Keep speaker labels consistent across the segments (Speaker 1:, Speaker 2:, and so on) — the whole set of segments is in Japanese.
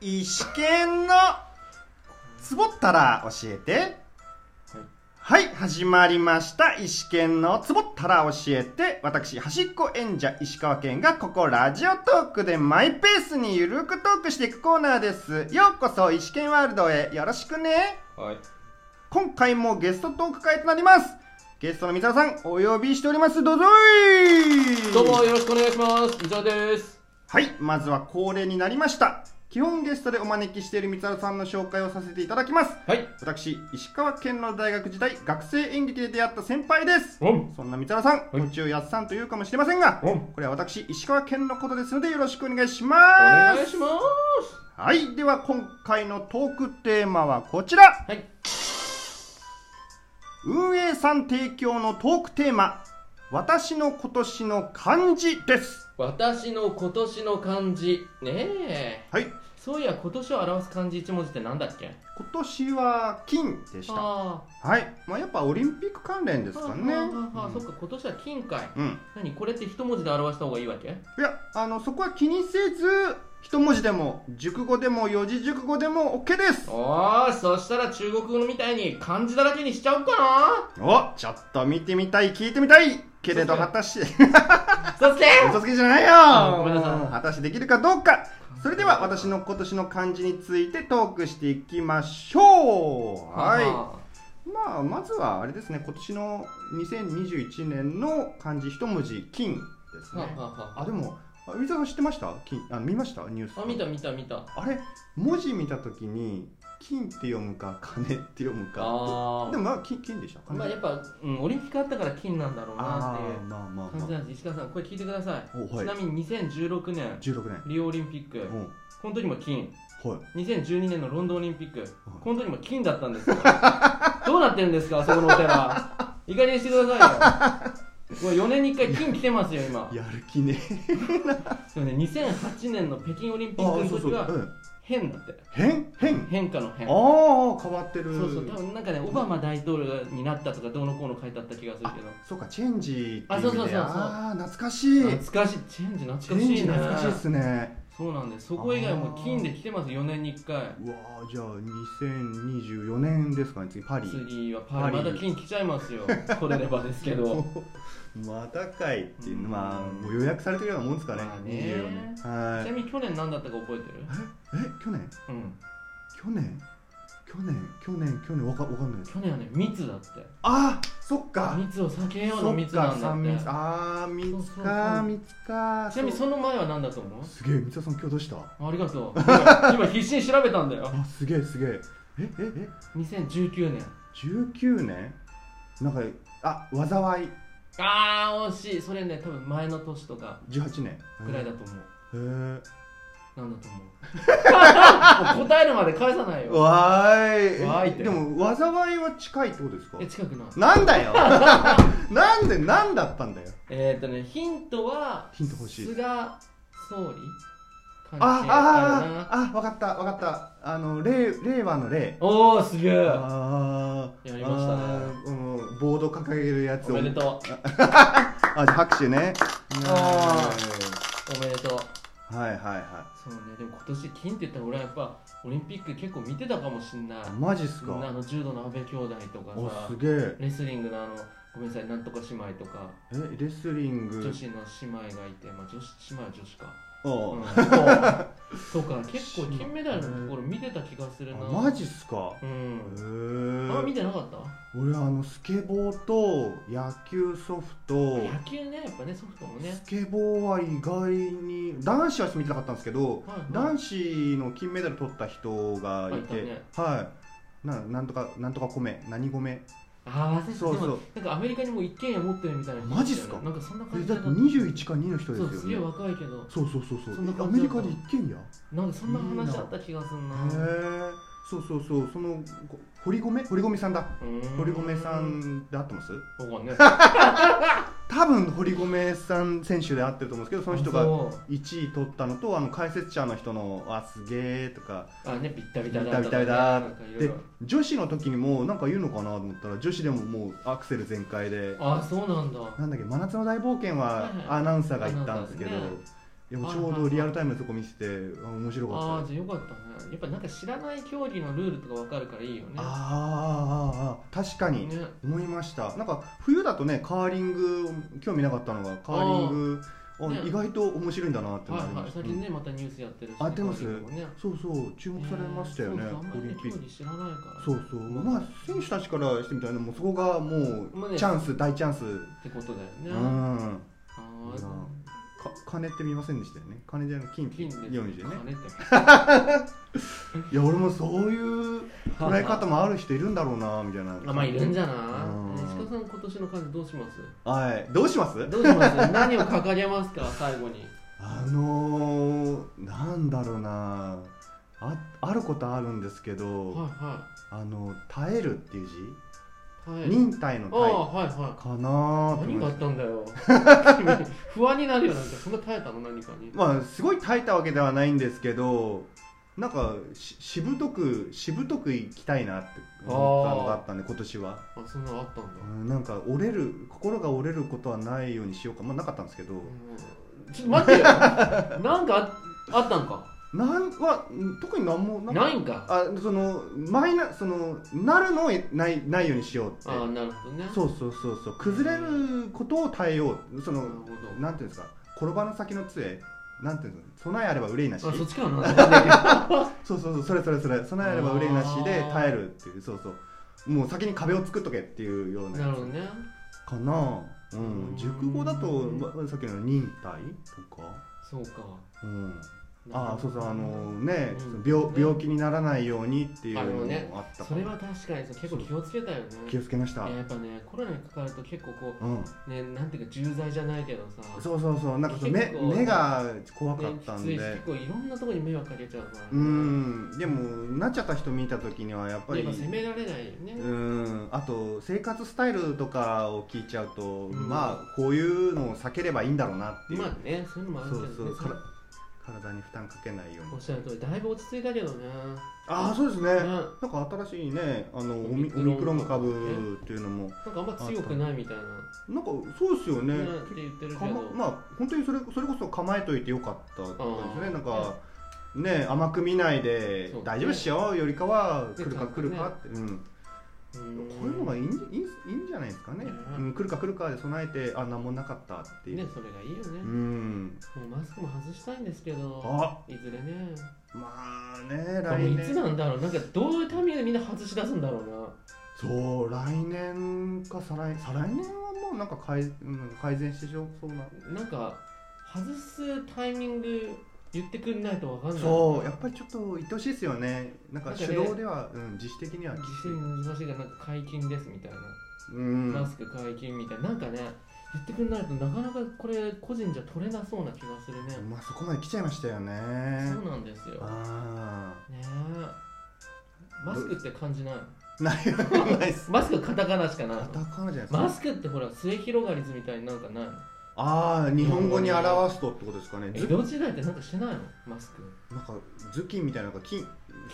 Speaker 1: 石剣のつぼったら教えてはい、始まりました石剣のつぼったら教えて私端っこ演者石川県がここラジオトークでマイペースにゆるくトークしていくコーナーですようこそ石剣ワールドへよろしくね
Speaker 2: はい。
Speaker 1: 今回もゲストトーク会となりますゲストの三沢さんお呼びしておりますどうぞい
Speaker 2: どうもよろしくお願いします。以上です。
Speaker 1: はい、まずは恒例になりました。基本ゲストでお招きしている三沢さんの紹介をさせていただきます。
Speaker 2: はい。
Speaker 1: 私、石川県の大学時代、学生演劇で出会った先輩です。
Speaker 2: おん。
Speaker 1: そんな三沢さん、
Speaker 2: はい
Speaker 1: 途中やっさんと言うかもしれませんが、
Speaker 2: おん
Speaker 1: これは私、石川県のことですのでよろしくお願いし
Speaker 2: お
Speaker 1: ま
Speaker 2: 願い
Speaker 1: す。
Speaker 2: します。
Speaker 1: はい、では今回のトークテーマはこちら。
Speaker 2: はい。
Speaker 1: 運営さん提供のトークテーマ、私の今年の漢字です。
Speaker 2: 私の今年の漢字。ねえ。
Speaker 1: はい、
Speaker 2: そういや、今年を表す漢字一文字ってなんだっけ
Speaker 1: 今年は金でした。
Speaker 2: あ
Speaker 1: はい、まあ、やっぱオリンピック関連
Speaker 2: あ。
Speaker 1: ですか
Speaker 2: は
Speaker 1: ね。
Speaker 2: あはあはあ、そっか、今年は金塊。
Speaker 1: うん、
Speaker 2: 何これって一文字で表した方がいいわけ
Speaker 1: いや、あの、そこは気にせず、一文字でも、熟語でも、四字熟語でも、OK です。
Speaker 2: おー、そしたら中国語みたいに漢字だらけにしちゃおうか
Speaker 1: お、ちょっと見てみたい、聞いてみたい。けれど、
Speaker 2: 嘘つけ
Speaker 1: 果たして、
Speaker 2: な。そして
Speaker 1: 嘘つきじゃない
Speaker 2: あ
Speaker 1: よ。
Speaker 2: ごめんなさい
Speaker 1: 果たしてできるかどうか。それでは、私の今年の漢字についてトークしていきましょう。は
Speaker 2: あ
Speaker 1: い。まあ、まずは、あれですね、今年の2021年の漢字一文字、金です
Speaker 2: ーは
Speaker 1: ね
Speaker 2: あ。はあ
Speaker 1: あ
Speaker 2: は
Speaker 1: でもあ水沢さん知ってました金あ見ましたニュース
Speaker 2: あ。あ、見た見た見た。
Speaker 1: あれ文字見た時に金って読むか金って読むか
Speaker 2: あ
Speaker 1: でもまあ金金でした
Speaker 2: あ。まあやっぱ、うん、オリンピックあったから金なんだろうな
Speaker 1: あ
Speaker 2: っていう
Speaker 1: ー。まあまあ
Speaker 2: 感じ
Speaker 1: まあ
Speaker 2: なんです石川さんこれ聞いてください、
Speaker 1: おはい
Speaker 2: ちなみに2016年
Speaker 1: 16年
Speaker 2: リオオリンピック
Speaker 1: う
Speaker 2: この時も金
Speaker 1: んはい
Speaker 2: 2012年のロンドンオリンピックこの時も金だったんで すよどうなってるんですかあそこのお寺いい加減にしてくださいよこれ4年に1回金来てますよ今
Speaker 1: やる気ね
Speaker 2: そうね2008年の北京オリンピ
Speaker 1: あ
Speaker 2: ック
Speaker 1: ー
Speaker 2: の
Speaker 1: そうそ
Speaker 2: 時
Speaker 1: うう
Speaker 2: は
Speaker 1: ん
Speaker 2: 変だって
Speaker 1: 変変
Speaker 2: 変化の変
Speaker 1: ああ変わってる
Speaker 2: そうそう多分なんかねオバマ大統領になったとかどうのこうの書いてあった気がするけど
Speaker 1: そうかチェンジってい
Speaker 2: あ
Speaker 1: う
Speaker 2: そ
Speaker 1: 意
Speaker 2: うそうそう
Speaker 1: 味で
Speaker 2: そう
Speaker 1: ああ懐かしい
Speaker 2: 懐かしいチェンジ
Speaker 1: チ
Speaker 2: 懐か
Speaker 1: ェ
Speaker 2: しい
Speaker 1: ン
Speaker 2: ね
Speaker 1: ジ懐かしいですね
Speaker 2: そうなんですそこ以外も金で来てます4年に1回
Speaker 1: うわーじゃあ2024年ですかね次パリ
Speaker 2: 次はパリ
Speaker 1: パ
Speaker 2: ま
Speaker 1: リ
Speaker 2: た金来ちゃいます よ取れればですけど
Speaker 1: またかいっていう
Speaker 2: うん
Speaker 1: まあもう予約されてるようなもんですかね,、
Speaker 2: まあね
Speaker 1: 24年は
Speaker 2: ちないみに去年何だったか覚えてる
Speaker 1: え去年
Speaker 2: うん
Speaker 1: 去年去年去年去年わかわかんないです
Speaker 2: 去年はね蜜だって
Speaker 1: あそっか
Speaker 2: 蜜を避けよう
Speaker 1: そ
Speaker 2: の
Speaker 1: っ
Speaker 2: 蜜
Speaker 1: か
Speaker 2: な
Speaker 1: 三
Speaker 2: んだっ
Speaker 1: 密
Speaker 2: て
Speaker 1: あー
Speaker 2: そう
Speaker 1: 密
Speaker 2: そう
Speaker 1: か
Speaker 2: そう
Speaker 1: 密か
Speaker 2: ちなみに
Speaker 1: そう
Speaker 2: その前は何だと思う
Speaker 1: すげえ三田さん今日どうした
Speaker 2: ありがとう今今必死に調べたんだよ
Speaker 1: あすげえすげええええ
Speaker 2: 2019年
Speaker 1: 19年なんかあ災い
Speaker 2: あー惜しいそれね多分前の年とか
Speaker 1: 18年
Speaker 2: ぐらいだ
Speaker 1: へ
Speaker 2: と思う
Speaker 1: え
Speaker 2: 何だと思うも う答えるまで返さないよ
Speaker 1: わーい
Speaker 2: わーいって
Speaker 1: でも災いは近いってことですか
Speaker 2: え近くない
Speaker 1: なんだよ なんでなんだったんだよ
Speaker 2: えーっとねヒントは
Speaker 1: ヒント欲しい
Speaker 2: 菅総理関係
Speaker 1: ああああ分かった分かったあの令令和の令
Speaker 2: おおすげえ
Speaker 1: ああ
Speaker 2: やりましたね
Speaker 1: うんボード掲げるやつ
Speaker 2: おめでと
Speaker 1: あじゃあ拍手ね
Speaker 2: あ
Speaker 1: は
Speaker 2: うおめでとう
Speaker 1: いはいは
Speaker 2: そうねでも今年金って言ったら俺はやっぱオリンピック結構見てたかもしんない
Speaker 1: いマジっす
Speaker 2: あ
Speaker 1: か
Speaker 2: の柔道の阿部兄弟とか
Speaker 1: お
Speaker 2: さ
Speaker 1: すげえ
Speaker 2: レスリングのあのごめんなさいなんとか姉妹とか
Speaker 1: えレスリン
Speaker 2: 女
Speaker 1: グ
Speaker 2: 子の姉妹がいてまあ女子姉妹は女子か
Speaker 1: お
Speaker 2: うんそうとか結構金メダルのところ見てた気がするな
Speaker 1: あマジっすか
Speaker 2: う
Speaker 1: へ
Speaker 2: んあんま見
Speaker 1: え
Speaker 2: てなかった
Speaker 1: 俺あのスケボーと野球ソフト
Speaker 2: 野球ねやっぱねソフトもね
Speaker 1: スケボーは意外に男子は見てなかったんですけど、
Speaker 2: はいはい
Speaker 1: 男子の金メダル取った人がいて、
Speaker 2: はいいたね
Speaker 1: はいななんとかなんとか米何米
Speaker 2: ああ確か
Speaker 1: そう
Speaker 2: に
Speaker 1: そう
Speaker 2: なんかアメリカにも一軒家持ってるみたいな人
Speaker 1: マジっすか
Speaker 2: なんかそんな感
Speaker 1: え
Speaker 2: じ
Speaker 1: だ
Speaker 2: だ
Speaker 1: っ
Speaker 2: ってた
Speaker 1: 21か2の人です
Speaker 2: そ
Speaker 1: よ
Speaker 2: う
Speaker 1: ね
Speaker 2: すげえ若いけど
Speaker 1: そうそうそうそう
Speaker 2: そんな
Speaker 1: えア
Speaker 2: 感
Speaker 1: メリ
Speaker 2: じだった
Speaker 1: カで一軒家へ
Speaker 2: なんかそんな話だった気がするなう
Speaker 1: えそうそうそうそのこ堀米堀米さんだ
Speaker 2: ーん
Speaker 1: 堀米さんで合ってます
Speaker 2: わかんね
Speaker 1: 多分堀米さん選手で合ってると思うんですけどその人が
Speaker 2: そう
Speaker 1: 1位取ったのとあの解説者の人の「あすげえ」とか
Speaker 2: あねビッタビ
Speaker 1: ビ
Speaker 2: タ
Speaker 1: タ
Speaker 2: だ
Speaker 1: ビタビタ
Speaker 2: なんかいろい
Speaker 1: で
Speaker 2: ろ
Speaker 1: 女子の時にもなんか言うのかなと思ったら女子でももうアクセル全開で
Speaker 2: あそうなんだ
Speaker 1: なんだっけ「真夏の大冒険」は
Speaker 2: はいはい
Speaker 1: アナウンサーが言ったんですけど、
Speaker 2: アナウンサーね
Speaker 1: やもうちょうどリアルタイムのとこ見ててあ面白
Speaker 2: あ
Speaker 1: か
Speaker 2: あ
Speaker 1: った
Speaker 2: じゃあよかったねやっぱなんか知らない競技のルールとかわかるからいいよね
Speaker 1: あーあーあーあー確かに、
Speaker 2: ね
Speaker 1: 思いましたなんか冬だとねカーリング興味なかったのがカーリング
Speaker 2: あー
Speaker 1: あ
Speaker 2: ね
Speaker 1: 意外と面白いんだなってな
Speaker 2: は
Speaker 1: り
Speaker 2: い
Speaker 1: ま
Speaker 2: はい
Speaker 1: した、
Speaker 2: 最近ねまたニュースやってるし
Speaker 1: あやってます
Speaker 2: カーリングもね
Speaker 1: そうそう注目されましたよね、
Speaker 2: えーそうそうあんま
Speaker 1: オ
Speaker 2: り
Speaker 1: リンピ
Speaker 2: ね競
Speaker 1: ック
Speaker 2: 技知らないから
Speaker 1: そうそうまあ選手たちからしてみたらねもうそこがも
Speaker 2: まあ
Speaker 1: う
Speaker 2: ね
Speaker 1: チャンス、大チャンス、
Speaker 2: ってことだよね
Speaker 1: う
Speaker 2: あ
Speaker 1: ん
Speaker 2: あ
Speaker 1: なか金って見ませんでしたよね金じゃない金
Speaker 2: 金で
Speaker 1: 4位でね
Speaker 2: 金って
Speaker 1: いや俺もそういう捉え方もある人いるんだろうなみたいな
Speaker 2: あまあいるんじゃ
Speaker 1: うん
Speaker 2: ない石川さん今年の感じどうします
Speaker 1: はいどうします
Speaker 2: どうします何をかかりますか最後に
Speaker 1: あのー、なんだろうなああることあるんですけど、
Speaker 2: は
Speaker 1: あの耐えるっていう字、
Speaker 2: いはいはい
Speaker 1: 忍耐の
Speaker 2: ああ
Speaker 1: 耐
Speaker 2: はいは
Speaker 1: かなー
Speaker 2: い
Speaker 1: と思い
Speaker 2: 何が
Speaker 1: ま
Speaker 2: あ
Speaker 1: し
Speaker 2: ったたんだよ君不安になるよなんてそんな耐えたの何かに
Speaker 1: まあすごい耐えたわけではないんですけどなんかししぶとくしぶとくいきたいなって思ったのがあったんで今年は、
Speaker 2: あそんなのあったんだ
Speaker 1: うん、なんか折れる心が折れることはないようにしようかまあなかったんですけど、
Speaker 2: うんちょっと待ってよなんかああったんか
Speaker 1: なんはうん特になんもな
Speaker 2: ないんか
Speaker 1: あそのマイナそのなるのをないないようにしようって
Speaker 2: ああなるほどね
Speaker 1: そうそうそうそう崩れることを耐えようそ
Speaker 2: な
Speaker 1: の
Speaker 2: るほど
Speaker 1: なんていうんですか転ばぬ先の杖なんていうんですか備えあれば憂いなし
Speaker 2: あそっちからなんだ
Speaker 1: そうそうそうそれそれそれ備えあれば憂いなしで
Speaker 2: あー
Speaker 1: 耐えるっていうそうそうもう先に壁を作っとけっていうような
Speaker 2: なるほどね
Speaker 1: かなうん
Speaker 2: うん
Speaker 1: 熟語だと、ま、さっきの忍耐とか
Speaker 2: そうか
Speaker 1: うんああそうそうあの
Speaker 2: ー
Speaker 1: ね、
Speaker 2: うん
Speaker 1: その病病気にならないようにっていうの
Speaker 2: あのね
Speaker 1: もあったか
Speaker 2: そ
Speaker 1: ら
Speaker 2: れは確かにそう結構気をつけたよね
Speaker 1: 気をつけました、
Speaker 2: いややっぱねコロナにかかると結構こ
Speaker 1: うん
Speaker 2: うねなんていうか重罪じゃないけどさ
Speaker 1: そうそうそうなんかその目
Speaker 2: 結構
Speaker 1: 目が怖か
Speaker 2: ね
Speaker 1: っ、た
Speaker 2: き
Speaker 1: ん
Speaker 2: つ
Speaker 1: で、
Speaker 2: いし結構いろんなところに迷惑かけちゃうからね、
Speaker 1: うんでもなっちゃった人見た時にはやっぱ
Speaker 2: や
Speaker 1: り
Speaker 2: っぱ責められないよね、
Speaker 1: うんあと生活スタイルとかを聞いちゃうと、
Speaker 2: ん
Speaker 1: まあこういうのを避ければいいんだろうなっていう、
Speaker 2: まあねそういうのもある
Speaker 1: そ
Speaker 2: けど
Speaker 1: う
Speaker 2: ね
Speaker 1: そう
Speaker 2: そ
Speaker 1: か
Speaker 2: う
Speaker 1: ら体に負担かけないよう
Speaker 2: お
Speaker 1: に
Speaker 2: っしゃる通りだいぶ落ち着いたけどね
Speaker 1: ああそうですね、
Speaker 2: ね
Speaker 1: なんか新しいねあのオミオ
Speaker 2: オ
Speaker 1: ミ
Speaker 2: ミ
Speaker 1: ク
Speaker 2: ク
Speaker 1: ロ
Speaker 2: ロン
Speaker 1: ン株っていうのも
Speaker 2: なんかあんま強くないみたいな
Speaker 1: なんかそうですよね
Speaker 2: ねって言ってるけ
Speaker 1: か
Speaker 2: ど、
Speaker 1: ま、まあ本当にそれそれこそ構えといてよかったです
Speaker 2: あ
Speaker 1: ね
Speaker 2: ー
Speaker 1: なんかね甘く見ないで
Speaker 2: そう
Speaker 1: 大丈夫っしようよりかは
Speaker 2: で
Speaker 1: 来るか
Speaker 2: ちゃん
Speaker 1: 来
Speaker 2: と
Speaker 1: る
Speaker 2: ね
Speaker 1: かって、うん、こ
Speaker 2: う
Speaker 1: う
Speaker 2: ん
Speaker 1: いうのがいいんいいんいいんじゃないですかね、
Speaker 2: ね
Speaker 1: うん、来るか来るかで備えてあ何もなかったっていう、
Speaker 2: ねそれがいいよ
Speaker 1: う
Speaker 2: ね、
Speaker 1: ん
Speaker 2: もうマスクも外したいんですけど
Speaker 1: あ
Speaker 2: いずれね
Speaker 1: まあね
Speaker 2: で
Speaker 1: 来
Speaker 2: もいつ
Speaker 1: 年
Speaker 2: なんだろうなんかどういうタイミングでみんな外し出すんだろうな
Speaker 1: そう来年か再来再来年はもうなんか改,、うん、改善してしょそうな
Speaker 2: なんか外すタイミング言ってくんないとわかんない
Speaker 1: そうやっぱりちょっといってほしいですよねなんか
Speaker 2: なんか
Speaker 1: 手
Speaker 2: ね
Speaker 1: 動では、うん、自主的にはきつい
Speaker 2: 実際に難しいからなんか解禁ですみたいな、
Speaker 1: うん
Speaker 2: マスク解禁みたいななんかね言ってくんないとなかなかこれ個人じゃ取れなそうな気がするね、
Speaker 1: まあそこまで来ちゃいましたよね
Speaker 2: そうなんですよ
Speaker 1: あ
Speaker 2: ねえマスクって感じない
Speaker 1: あないないっす
Speaker 2: マスクカタカナしかない
Speaker 1: カタカナじゃないですか、
Speaker 2: マスクってほら末広がり図みたいになんかないの
Speaker 1: ああ日本語に表すとってことですかね
Speaker 2: 江
Speaker 1: ず
Speaker 2: 戸時代ってなんかしてないのマスク
Speaker 1: なんか頭巾みたいななんか金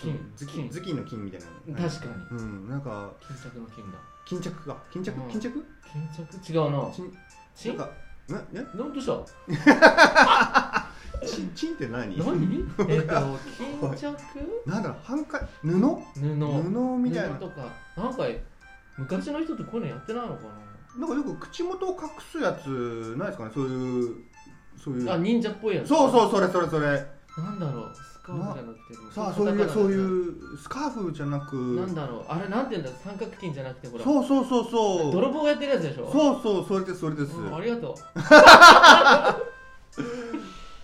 Speaker 2: 金
Speaker 1: 頭巾
Speaker 2: 金
Speaker 1: 頭巾の金みたいな
Speaker 2: 確かに
Speaker 1: うんなんか
Speaker 2: 巾着の金だ
Speaker 1: 巾着か巾着
Speaker 2: うん
Speaker 1: 巾着
Speaker 2: 巾着違うな
Speaker 1: ちん
Speaker 2: ち
Speaker 1: なんかええ
Speaker 2: なんどうした
Speaker 1: ちちんって何
Speaker 2: 何えっと巾着
Speaker 1: なんだろうハンカ布
Speaker 2: 布
Speaker 1: 布みたいな
Speaker 2: 布とかなんか昔の人ってこういうのやってないのか
Speaker 1: なんかよく口元を隠すやつないですかねそういうそういう
Speaker 2: なあ忍者っぽいやつ
Speaker 1: そうそうそれそれそれ
Speaker 2: うなんだろうスカーフじゃなくて
Speaker 1: さあそういうそう
Speaker 2: う
Speaker 1: いうスカーフじゃなく
Speaker 2: なんだろうあれなんていうんだ三角巾じゃなくてほら
Speaker 1: そうそうそうそう
Speaker 2: 泥棒がやってるやつでしょ
Speaker 1: そうそうそれですそれです、
Speaker 2: うんありがと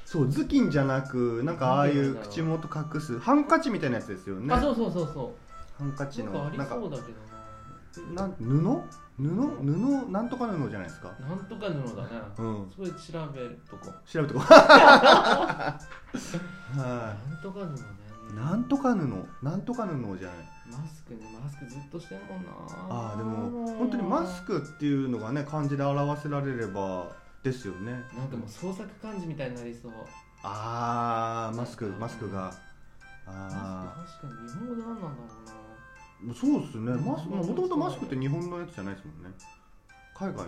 Speaker 1: そう頭巾じゃなくなんかああい
Speaker 2: なん
Speaker 1: う
Speaker 2: て言うんだろう
Speaker 1: 口元隠すハンカチみたいなやつですよ
Speaker 2: う、
Speaker 1: ね
Speaker 2: あ
Speaker 1: ハ
Speaker 2: そうそうそうそ
Speaker 1: ンカチ
Speaker 2: うな
Speaker 1: の
Speaker 2: んかあり
Speaker 1: なんか
Speaker 2: そうだけど
Speaker 1: なん布布布なんとか布じゃないですか
Speaker 2: ななんとか布だね
Speaker 1: うん
Speaker 2: それ調べるとこ
Speaker 1: 調べてこ
Speaker 2: な
Speaker 1: は
Speaker 2: んとか布ね
Speaker 1: いなんとか布なんとか布じゃない
Speaker 2: マスクねマスクずっとしてんもんな
Speaker 1: ああでも本当にマスクっていうのがね漢字で表せられればですよね
Speaker 2: なんかもう創作漢字みたいになりそう
Speaker 1: ああマスクマスクがああ
Speaker 2: マスク確かに日本語で何なんだろうな
Speaker 1: そうっすねマスもともとマスクって日本のやつじゃないですもんね海外の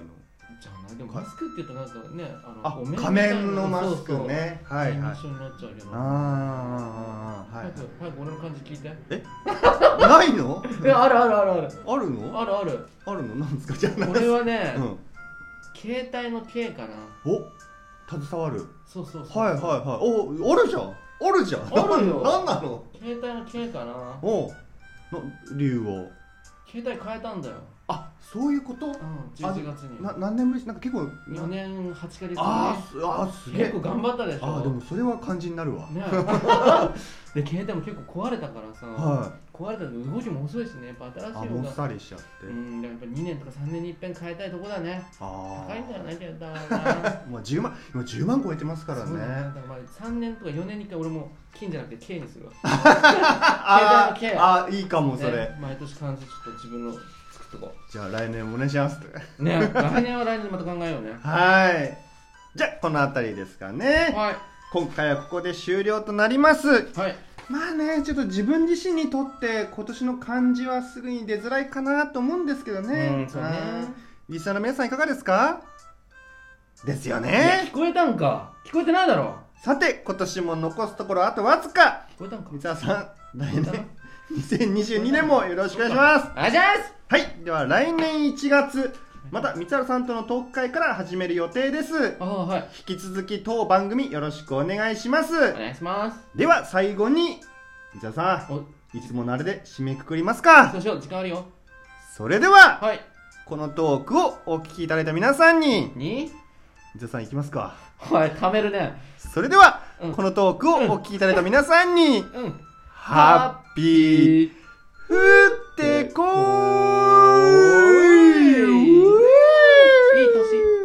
Speaker 2: じゃないでもマスクって言うとなんかねあ
Speaker 1: あ
Speaker 2: のお面みた
Speaker 1: 仮
Speaker 2: いな
Speaker 1: 面のマスクね
Speaker 2: そうそう
Speaker 1: はいはい
Speaker 2: 一緒になっちゃうけど
Speaker 1: あーあーあーあー
Speaker 2: 早く早く俺の感じ聞いて
Speaker 1: はいないの
Speaker 2: えあるあるあるある
Speaker 1: あるの
Speaker 2: あるある
Speaker 1: あるのなんですかじゃあ
Speaker 2: これはね、
Speaker 1: うん
Speaker 2: 携帯の K かな
Speaker 1: お携わる
Speaker 2: そうそうそう
Speaker 1: はいはいはいおあるじゃんあるじゃん
Speaker 2: あ るよ
Speaker 1: なんなの
Speaker 2: 携帯の K かな
Speaker 1: おうな理由は
Speaker 2: 携帯変えたんだよ、
Speaker 1: あそういうこと
Speaker 2: うん、11月に
Speaker 1: な何年ぶりなんか結構
Speaker 2: 4年8ヶ月ぶり
Speaker 1: あーすあーすげえ
Speaker 2: 結構頑張ったでしょ
Speaker 1: あーで もそれは肝心になるわ、
Speaker 2: ねで携帯も結構壊れたからさ、
Speaker 1: は
Speaker 2: 壊れたの動きも遅いしねやっぱ新
Speaker 1: い
Speaker 2: しい
Speaker 1: あ
Speaker 2: の
Speaker 1: もっ
Speaker 2: が
Speaker 1: さりしちゃって、
Speaker 2: うんやっぱ2年とか3年に一遍変えたいとこだね
Speaker 1: あ
Speaker 2: 高いんだよ
Speaker 1: あ
Speaker 2: な携 帯は
Speaker 1: まあ10万今10万超えてますか
Speaker 2: な
Speaker 1: ら
Speaker 2: そうだね
Speaker 1: ね
Speaker 2: だからまあ3年とか4年に1回俺も金じゃなくて K にするわ
Speaker 1: あ
Speaker 2: 携帯の
Speaker 1: ーあーいい かもそれ、
Speaker 2: ね毎年感じちょっと自分の作っとこ
Speaker 1: じゃあ来年お願いします
Speaker 2: うね来年は来年でまた考えようね
Speaker 1: はいじゃあこの辺りですかね
Speaker 2: はい
Speaker 1: 今回はここで終了となります
Speaker 2: はい
Speaker 1: まあねちょっと自分自身にとって今年の漢字はすぐに出づらいかなと思うんですけどね
Speaker 2: うんそうね
Speaker 1: あーリスナーの皆さんいかがですかですよ
Speaker 2: いや
Speaker 1: ね
Speaker 2: 聞こえたんか聞こえてないだろ
Speaker 1: さて今年も残すところあとわずか
Speaker 2: 聞こえたんか
Speaker 1: 三沢さん来
Speaker 2: 聞こえたの
Speaker 1: 年2022年もよろしくお願いします
Speaker 2: お願いします
Speaker 1: はいでは来年1月また三沢さんとのトーク会から始める予定です
Speaker 2: ああはい
Speaker 1: 引き続き当番組よろしくお願いします
Speaker 2: お願いします
Speaker 1: では最後に三沢さ
Speaker 2: お
Speaker 1: んいつものあれで締めくくりますか
Speaker 2: そうしよう時間あるよ
Speaker 1: それでは
Speaker 2: はい
Speaker 1: このトークをお聞きいただいた皆さんに
Speaker 2: に
Speaker 1: 三沢さん行きますか
Speaker 2: はい貯めるね
Speaker 1: それでは、
Speaker 2: うん
Speaker 1: このトークをお聞きいただいた皆さんに、
Speaker 2: うん
Speaker 1: ハッピー
Speaker 2: いい
Speaker 1: ふってこー